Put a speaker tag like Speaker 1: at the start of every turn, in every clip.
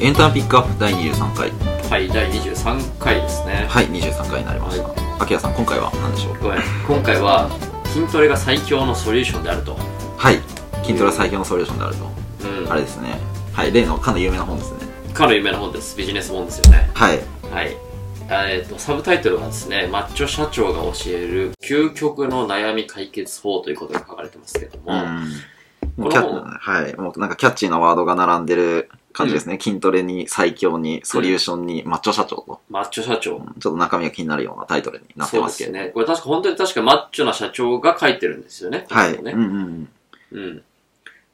Speaker 1: エンターピックアップ第23回
Speaker 2: はい、第23回ですね。
Speaker 1: はい23回になりました
Speaker 2: は
Speaker 1: あきらさん今回は何でしょう
Speaker 2: ごめん今回は、筋トレが最強のソリューションであると。
Speaker 1: はい筋トレは最強のソリューションであると、
Speaker 2: うん。
Speaker 1: あれですねはい例のかの有名な本ですね
Speaker 2: かの夢の本です。ビジネス本ですよね。
Speaker 1: はい
Speaker 2: はい。えっと、サブタイトルはですね、マッチョ社長が教える究極の悩み解決法ということで書かれてますけども、
Speaker 1: うんもう
Speaker 2: この
Speaker 1: キャ
Speaker 2: 本
Speaker 1: はいもうなんかキャッチーなワードが並んでる感じですね、筋トレに最強にソリューションに、マッチョ社長と
Speaker 2: マッチョ社長。
Speaker 1: ちょっと中身が気になるようなタイトルになって
Speaker 2: そう
Speaker 1: ま
Speaker 2: です
Speaker 1: け
Speaker 2: す
Speaker 1: ど
Speaker 2: ね。これ確か本当に確かマッチョな社長が書いてるんですよね。
Speaker 1: はい、
Speaker 2: この
Speaker 1: うん
Speaker 2: 本
Speaker 1: う
Speaker 2: ね。
Speaker 1: んうん
Speaker 2: うん。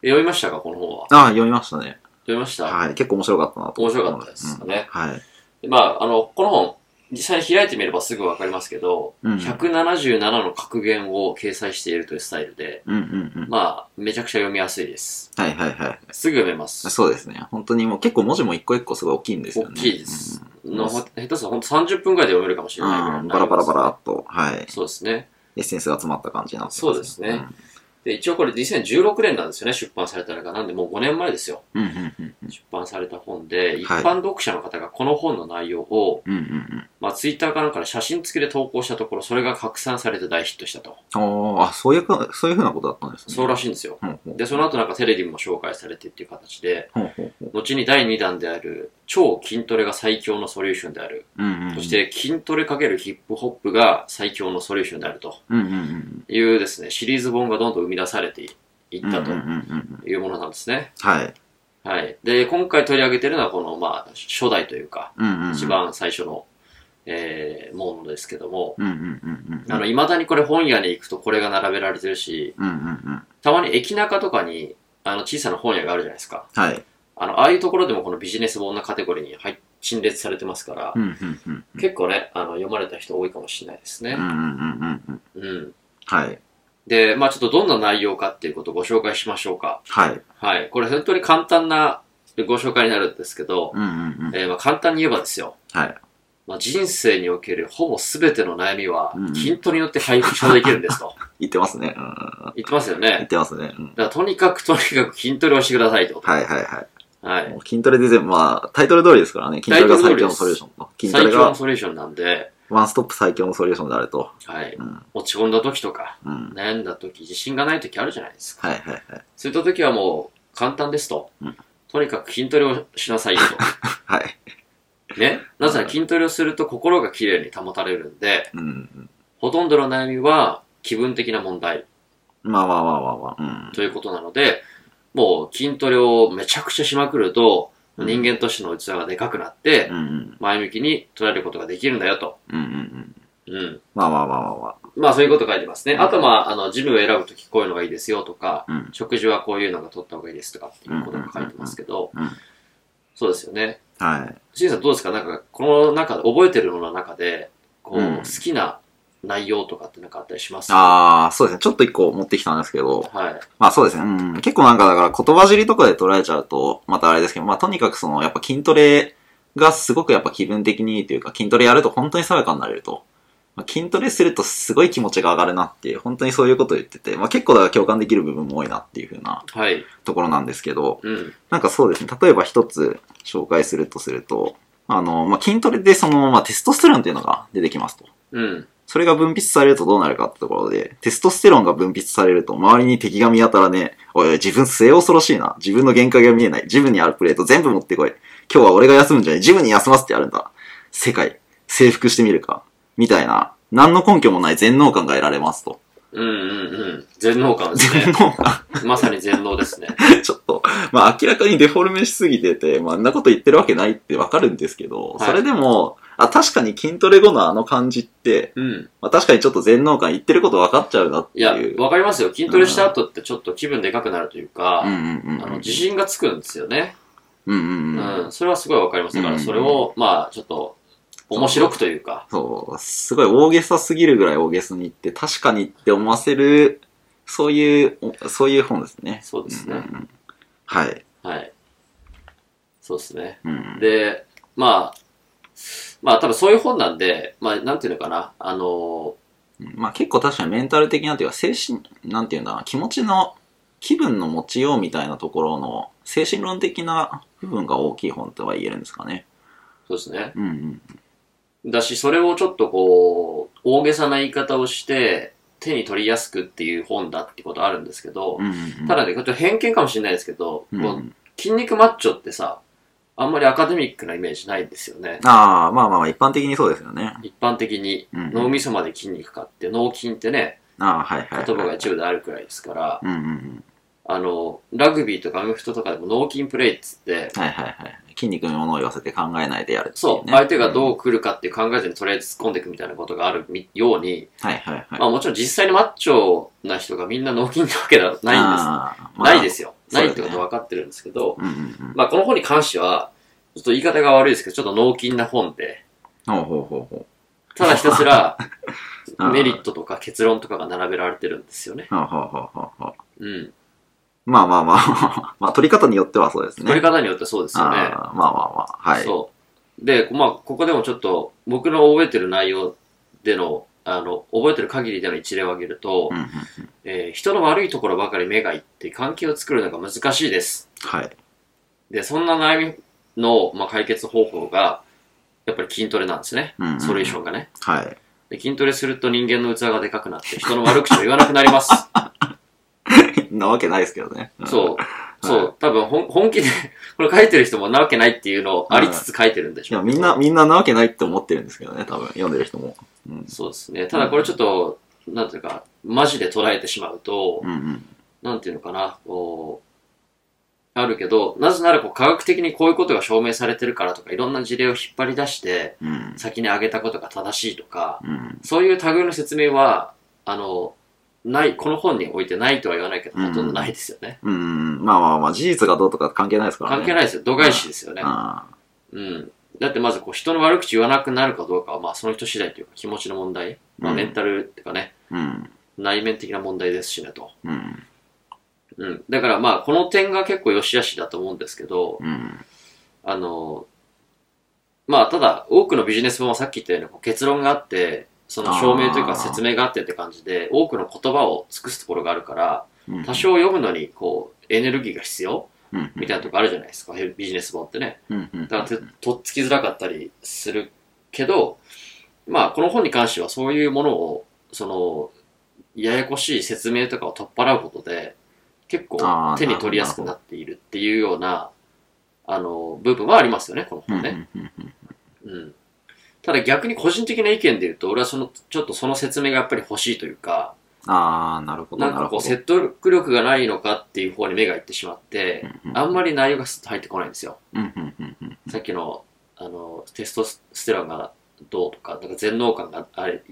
Speaker 2: え読みましたかこの本は。
Speaker 1: ああ読みましたね
Speaker 2: 読みました
Speaker 1: はい結構面白かったなと
Speaker 2: 面白かったです
Speaker 1: うん
Speaker 2: ね
Speaker 1: はい
Speaker 2: でまあ、あの、この本、実際に開いてみればすぐわかりますけど、
Speaker 1: うん
Speaker 2: 177の格言を掲載しているというスタイルで、
Speaker 1: うんうんうん
Speaker 2: まあ、めちゃくちゃ読みやすいです。
Speaker 1: はいはいはい
Speaker 2: すぐ読めます。
Speaker 1: そうですね。本当にもう結構文字も一個一個すごい大きいんですよ
Speaker 2: 大
Speaker 1: ね。
Speaker 2: きいです。
Speaker 1: うん
Speaker 2: の下手すると本当30分ぐらいで読めるかもし
Speaker 1: う
Speaker 2: れないぐらい
Speaker 1: ん。うん。バラバラバラ
Speaker 2: ラ。
Speaker 1: っと、はい。
Speaker 2: そうですね。
Speaker 1: エッセンスが詰まった感じになってます
Speaker 2: そうですね。で、一応これ2016年なんですよね、出版されたのが。なんでもう5年前ですよ。
Speaker 1: うんうんうんうん
Speaker 2: 出版された本で、一
Speaker 1: はい
Speaker 2: 般読者の方がこの本の内容を、
Speaker 1: うんうん
Speaker 2: まあ、ツイッターかなんかで写真付きで投稿したところ、それが拡散されて大ヒットしたと。
Speaker 1: うん。おーあ、そういうか、そういうふうなことだったんですね。
Speaker 2: そうら
Speaker 1: しい。
Speaker 2: しいんですよ。
Speaker 1: ほうほう
Speaker 2: で、その後なんかテレビも紹介されてっていう形で、
Speaker 1: ほうほうほう。
Speaker 2: 後に第2弾である、超筋トレが最強のソリューションである。
Speaker 1: うんうんうん。
Speaker 2: そし、て、筋トレかけるヒップホップが最強のソリューションであると
Speaker 1: うんうんうん。
Speaker 2: いうですね、シリーズ本がどんどん生み出されていった
Speaker 1: うんうんうんうん。
Speaker 2: というものなんですね。
Speaker 1: はい。
Speaker 2: はい。で、今回取り上げてるのはこの、まあ、初代というか、
Speaker 1: うんうんうん。
Speaker 2: 一。番最初の、えーものですけども、
Speaker 1: うんうんうんうん。
Speaker 2: あの、未だにこれ本屋に行くとこれが並べられてるし、
Speaker 1: うんうんうん。
Speaker 2: たまに駅中とかに、あの、小さな本屋があるじゃないですか。
Speaker 1: はい。
Speaker 2: あの、ああいうところでもこのビジネス本のカテゴリーに入陳列されてますから
Speaker 1: う、んうんうん。
Speaker 2: 結構ね、あの、読まれた人多いかもしれないです
Speaker 1: う
Speaker 2: ね
Speaker 1: ん。うんうんうんうん。
Speaker 2: うん。
Speaker 1: はい。
Speaker 2: で、まあちょっとどんな内容かっていうことをご紹介しましょうか。
Speaker 1: はい。
Speaker 2: はい。これ本当に簡単なご紹介になるんですけど、
Speaker 1: うんうんうん。
Speaker 2: えーまあ簡単に言えばですよ。
Speaker 1: はい。
Speaker 2: まあ、人生におけるほぼ全ての悩みは
Speaker 1: うん
Speaker 2: 筋トレによって解消できるんですと
Speaker 1: 言ってますね。うんうんうん。
Speaker 2: 言ってますよ
Speaker 1: 言っ
Speaker 2: ね。
Speaker 1: てますね。うん。
Speaker 2: だからとにかくとにかく筋トレをしてくださいと。
Speaker 1: はいはいはい。
Speaker 2: はい。
Speaker 1: もう筋トレで全部、まあ、タイトル通りですからね。筋トレが最強のソリューションと。筋ト
Speaker 2: 最
Speaker 1: レ
Speaker 2: 強の
Speaker 1: が
Speaker 2: ソリューションなんで、
Speaker 1: ワンストップ最強のソリューションであると。
Speaker 2: はい。
Speaker 1: うん。
Speaker 2: 落ち込んだ時とか、
Speaker 1: うん。
Speaker 2: 悩んだ時、自信がない時あるじゃないですか。
Speaker 1: はいはいはい。
Speaker 2: そういった時はもう簡単ですと。
Speaker 1: うん
Speaker 2: とにかく筋トレをしなさいよ
Speaker 1: はい。
Speaker 2: と。ね。なぜなら筋トレをすると心が綺麗に保たれるんで、
Speaker 1: うんうん。
Speaker 2: ほとんどの悩みは気分的な問題
Speaker 1: まあまあまあまあまあ。うん。
Speaker 2: ということなので、もう筋トレをめちゃくちゃしまくると、
Speaker 1: うん
Speaker 2: 人間としての器がでかくなって
Speaker 1: う、んうん。
Speaker 2: 前向きに捉えることができるんだよと。
Speaker 1: うんうんうん。
Speaker 2: うん。
Speaker 1: まあまあまあまあまあ。
Speaker 2: まあそういうこと書いてますね。あとまあ、あの、ジムを選ぶときこういうのがいいですよとか、
Speaker 1: うん。
Speaker 2: 食事はこういうのが取った方がいいですとかっていうことが書いてますけど
Speaker 1: うんうんうんうん、
Speaker 2: そうですよね。
Speaker 1: はい。
Speaker 2: しんさんどうですかなんか、この中で、覚えてるものの中で、こう、
Speaker 1: うん
Speaker 2: 好きな内容とかってなんかあったりします
Speaker 1: ああ、そうですね。ちょっと一個持ってきたんですけど、
Speaker 2: はい。
Speaker 1: まあそうですね。うん。結構なんかだから言葉尻とかで捉えちゃうと、またあれですけど、まあとにかくその、やっぱ筋トレがすごくやっぱ気分的にいいというか、筋トレやると本当に爽やかになれると。まあ、筋トレするとすごい気持ちが上がるなっていう、本当にそういうことを言ってて、まあ結構だから共感できる部分も多いなっていう風な
Speaker 2: はい。
Speaker 1: ところなんですけど、
Speaker 2: うん。
Speaker 1: なんかそうですね。例えば一つ紹介するとすると、あの、まあ筋トレでその、まあテストステロンっていうのが出てきますと。
Speaker 2: うん。
Speaker 1: それが分泌されるとどうなるかってところで、テストステロンが分泌されると、周りに敵が見当たらねえ、おいおい、自分末恐ろしいな。自分の限界が見えない。自分にあるプレート全部持ってこい。今日は俺が休むんじゃない。自分に休ませてやるんだ。世界、征服してみるか。みたいな、何の根拠もない全能感が得られますと。
Speaker 2: うんうんうん。全能感です
Speaker 1: 全
Speaker 2: ね。
Speaker 1: 能感
Speaker 2: まさに全能ですね。
Speaker 1: ちょっと、まあ明らかにデフォルメしすぎてて、まああんなこと言ってるわけないってわかるんですけど、
Speaker 2: はい
Speaker 1: それでも、あ、確かに筋トレ後のあの感じって、
Speaker 2: うん。
Speaker 1: まあ確かにちょっと全能感言ってること分かっちゃうなって
Speaker 2: い
Speaker 1: い
Speaker 2: や
Speaker 1: う。、
Speaker 2: わかりますよ。筋トレした後ってちょっと気分でかくなるというか、
Speaker 1: うんうんうん
Speaker 2: あの、自信がつくんですよね。
Speaker 1: うんうん
Speaker 2: う
Speaker 1: うん
Speaker 2: ん。それはすごいわかります。だか
Speaker 1: う
Speaker 2: ら
Speaker 1: ん
Speaker 2: それを、まあ、ちょっと、面白くというか、
Speaker 1: そう、すごい大げさすぎるぐらい大げさに言って、確かにって思わせる、そういう、おそういう本ですね。
Speaker 2: そうです
Speaker 1: うんう
Speaker 2: ね。
Speaker 1: んうんはい。
Speaker 2: はい。そうですね。
Speaker 1: うん
Speaker 2: で、まあ、まあ多分そういう本なんで、まあなんていうのかな、あの
Speaker 1: まあ結構確かにメンタル的なというか、精神、なんていうんだろうな、気持ちの、気分の持ちようみたいなところの精神論的な部分が大きい本とは言えるんですかね。
Speaker 2: そうですね。
Speaker 1: うんうん。
Speaker 2: だし、それをちょっとこう、大げさな言い方をして、手に取りやすくっていう本だってことあるんですけど、
Speaker 1: うんうんうん、
Speaker 2: ただね、これちょっと偏見かもしれないですけど、
Speaker 1: うんう
Speaker 2: こ
Speaker 1: ん、
Speaker 2: う筋肉マッチョってさ、あんまりアカデミックなイメージないんですよね。
Speaker 1: ああ、まあまあ、一般的にそうですよね。
Speaker 2: 一般的に、
Speaker 1: うん、
Speaker 2: 脳みそまで筋肉かって、脳筋ってね、
Speaker 1: ああ、はいはい、はい。
Speaker 2: 言葉が一部であるくらいですから、
Speaker 1: うんうんうん。
Speaker 2: あの、ラグビーとかアメフトとかでも脳筋プレイっつって、
Speaker 1: はいはいはい。筋肉に物を言わせて考えないでやるってい
Speaker 2: そう、相手がどう来るかって考えずにとりあえず突っ込んでいくみたいなことがあるみように、
Speaker 1: はいはいはい。
Speaker 2: まあもちろん実際にマッチョな人がみんな脳筋なわけではないんです。
Speaker 1: あーまあ
Speaker 2: ないですよ。
Speaker 1: そう
Speaker 2: ない
Speaker 1: ですね
Speaker 2: ってこと分かってるんですけど、
Speaker 1: うんうん
Speaker 2: まあこの本に関しては、ちょっと言い方が悪いですけど、ちょっと脳筋な本で、
Speaker 1: うん。ほうほうほうほ
Speaker 2: ただひた すら
Speaker 1: うん
Speaker 2: メリットとか結論とかが並べられてるんですよね。
Speaker 1: う。ほうほうほうほうほう。
Speaker 2: うん。
Speaker 1: まあまあまあ、まあ取り方によってはそうですね。
Speaker 2: 取り方によってそうですよね。
Speaker 1: あーまあまあまあ、はい。
Speaker 2: そう。で、まあ、ここでもちょっと、僕の覚えてる内容での、あの、覚えてる限りでの一例を挙げると、
Speaker 1: うんうんうん
Speaker 2: えー人の悪いところばかり目がいって関係を作るのが難しいです。
Speaker 1: はい。
Speaker 2: で、そんな悩みの、まあ、解決方法が、やっぱり筋トレなんですね。
Speaker 1: うんうんうん
Speaker 2: ソリューションがね。
Speaker 1: はい。
Speaker 2: で筋トレすると人間の器がでかくなって、人の悪口を言わなくな ります。
Speaker 1: なわけないですけどね。ん
Speaker 2: そう。そう。多分、ほん本気で、これ書いてる人もなわけないっていうのをありつつ書いてるんでし
Speaker 1: い
Speaker 2: ょ
Speaker 1: や、
Speaker 2: うけど
Speaker 1: みんな、みんななわけないって思ってるんですけどね、多分、読んでる人も。うん。
Speaker 2: そうですね。ただこれちょっと、なんていうか、マジで捉えてしまうと、
Speaker 1: うんうん。
Speaker 2: なんていうのかな、こう、あるけど、なぜならこう科学的にこういうことが証明されてるからとか、いろんな事例を引っ張り出して、
Speaker 1: うん。
Speaker 2: 先に挙げたことが正しいとか、
Speaker 1: うん。
Speaker 2: そういう類の説明は、あの、ない、この本においてないとは言わないけど、
Speaker 1: うん
Speaker 2: ほとんどないですよね。
Speaker 1: うん。まあまあまあ、事実がどうとか関係ないですからね。
Speaker 2: 関係ないですよ。度外視ですよね。
Speaker 1: あ
Speaker 2: うん。だってまずこう人の悪口言わなくなるかどうかは、まあその人次第というか気持ちの問題、まあ
Speaker 1: うん
Speaker 2: メンタルっていうかね、
Speaker 1: ーうん。
Speaker 2: 内面的な問題ですしねと。
Speaker 1: うん。
Speaker 2: うん。だからまあ、この点が結構良し悪しだと思うんですけど、
Speaker 1: うん。
Speaker 2: あの、まあ、ただ、多くのビジネス本はさっき言ったようにこう結論があって、その証明というか
Speaker 1: あー
Speaker 2: 説明があってって感じで、多くの言葉を尽くすところがあるから、
Speaker 1: うん。
Speaker 2: 多少読むのに、こう、エネルギーが必要
Speaker 1: うん、
Speaker 2: みたいなとこあるじゃないですか、ビジネス本ってね。
Speaker 1: うんうん。
Speaker 2: だからて、とっつきづらかったりするけど、まあ、この本に関してはそういうものを、その、ややこしい説明とかを取っ払うことで、結
Speaker 1: あ
Speaker 2: 構
Speaker 1: ー
Speaker 2: 手に取りやすくなっているっていうような、あの、部分はありますよね、こ
Speaker 1: う
Speaker 2: の
Speaker 1: んう
Speaker 2: 本ね。
Speaker 1: んうんうん
Speaker 2: うん。ただ逆に個人的な意見で言うと、俺はその、ちょっとその説明がやっぱり欲しいというか、
Speaker 1: ああ、なるほど、
Speaker 2: なん
Speaker 1: な
Speaker 2: か
Speaker 1: る
Speaker 2: こ
Speaker 1: ほ
Speaker 2: う
Speaker 1: ど。
Speaker 2: 説得力がないのかっていう方に目がいってしまって、あんまり内容がスッと入ってこないんですよ。
Speaker 1: うんうんうんうん
Speaker 2: さっきの、あの、テストステロンがどうとか、なんか全能感があれ、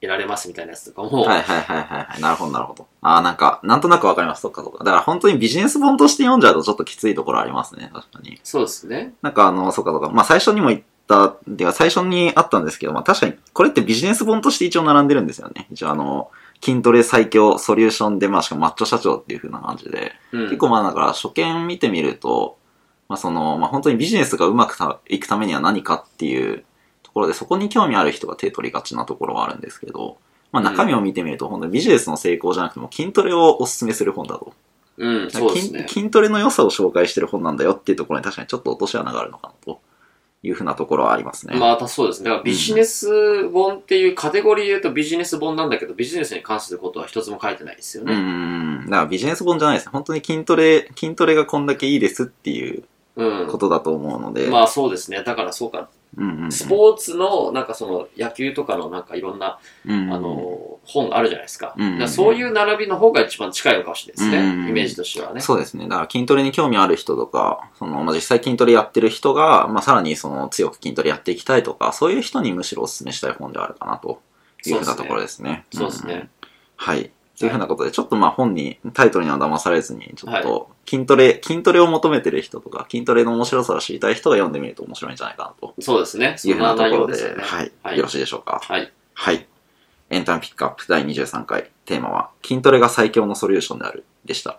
Speaker 2: 得られますみたいなやつとかも、
Speaker 1: はいはいはいはいはい。なるほど、なるほど。ああ、なんか、なんとなくわかります。そっかそっか。だから本当にビジネス本として読んじゃうとちょっときついところありますね。確かに。
Speaker 2: そうですね。
Speaker 1: なんかあの、そうかそうか。まあ最初にも言った、てか最初にあったんですけど、まあ確かにこれってビジネス本として一応並んでるんですよね。一応あの、筋トレ最強ソリューションで、まあしかもマッチョ社長っていう風な感じで。
Speaker 2: うん。
Speaker 1: 結構まあだから初見見てみると、まあその、まあ本当にビジネスがうまくたいくためには何かっていうところで、そこに興味ある人が手取りがちなところはあるんですけど、まあ中身を見てみると、本当にビジネスの成功じゃなくても筋トレをお勧めする本だと。
Speaker 2: うん、そうですね
Speaker 1: 筋。筋トレの良さを紹介してる本なんだよっていうところに確かにちょっと落とし穴があるのかなというふうなところはありますね。
Speaker 2: またそうですね。だからビジネス本っていうカテゴリーで言うとビジネス本なんだけど、ビジネスに関することは一つも書いてないですよ
Speaker 1: う
Speaker 2: ね。
Speaker 1: ん。だからビジネス本じゃないですね。本当に筋トレ、筋トレがこんだけいいですっていう
Speaker 2: うん。
Speaker 1: ことだと思うので。
Speaker 2: まあそうですね。だからそうか。
Speaker 1: うんうんうん、
Speaker 2: スポーツの、なんかその野球とかのなんかいろんな、
Speaker 1: うんうん
Speaker 2: あの、本あるじゃないですか。
Speaker 1: うん
Speaker 2: だからそういう並びの方が一番近いのかもしれないです
Speaker 1: うん
Speaker 2: ね。イメージとしてはね。
Speaker 1: そうですね。だから筋トレに興味ある人とか、その、まあ、実際筋トレやってる人が、まあ、さらにその強く筋トレやっていきたいとか、そういう人にむしろお勧めしたい本ではあるかなというふうなところですね。
Speaker 2: そうです
Speaker 1: ん
Speaker 2: ね。
Speaker 1: はい。というふうなことで、ちょっとまあ本に、タイトルには騙されずに、ちょっ
Speaker 2: は
Speaker 1: と筋トレ、筋トレを求めてる人とか、筋トレの面白さを知りたい人が読んでみると面白いんじゃないかなと
Speaker 2: そうですね。そ
Speaker 1: いうふ
Speaker 2: ん
Speaker 1: うな
Speaker 2: な
Speaker 1: とこ
Speaker 2: 内容
Speaker 1: ろ
Speaker 2: で
Speaker 1: で、
Speaker 2: すよね。
Speaker 1: はい、
Speaker 2: はい
Speaker 1: よろしいでしょうか。
Speaker 2: はい。
Speaker 1: はい。エンタメピックアップ第23回、テーマは、筋トレが最強のソリューションである、でした。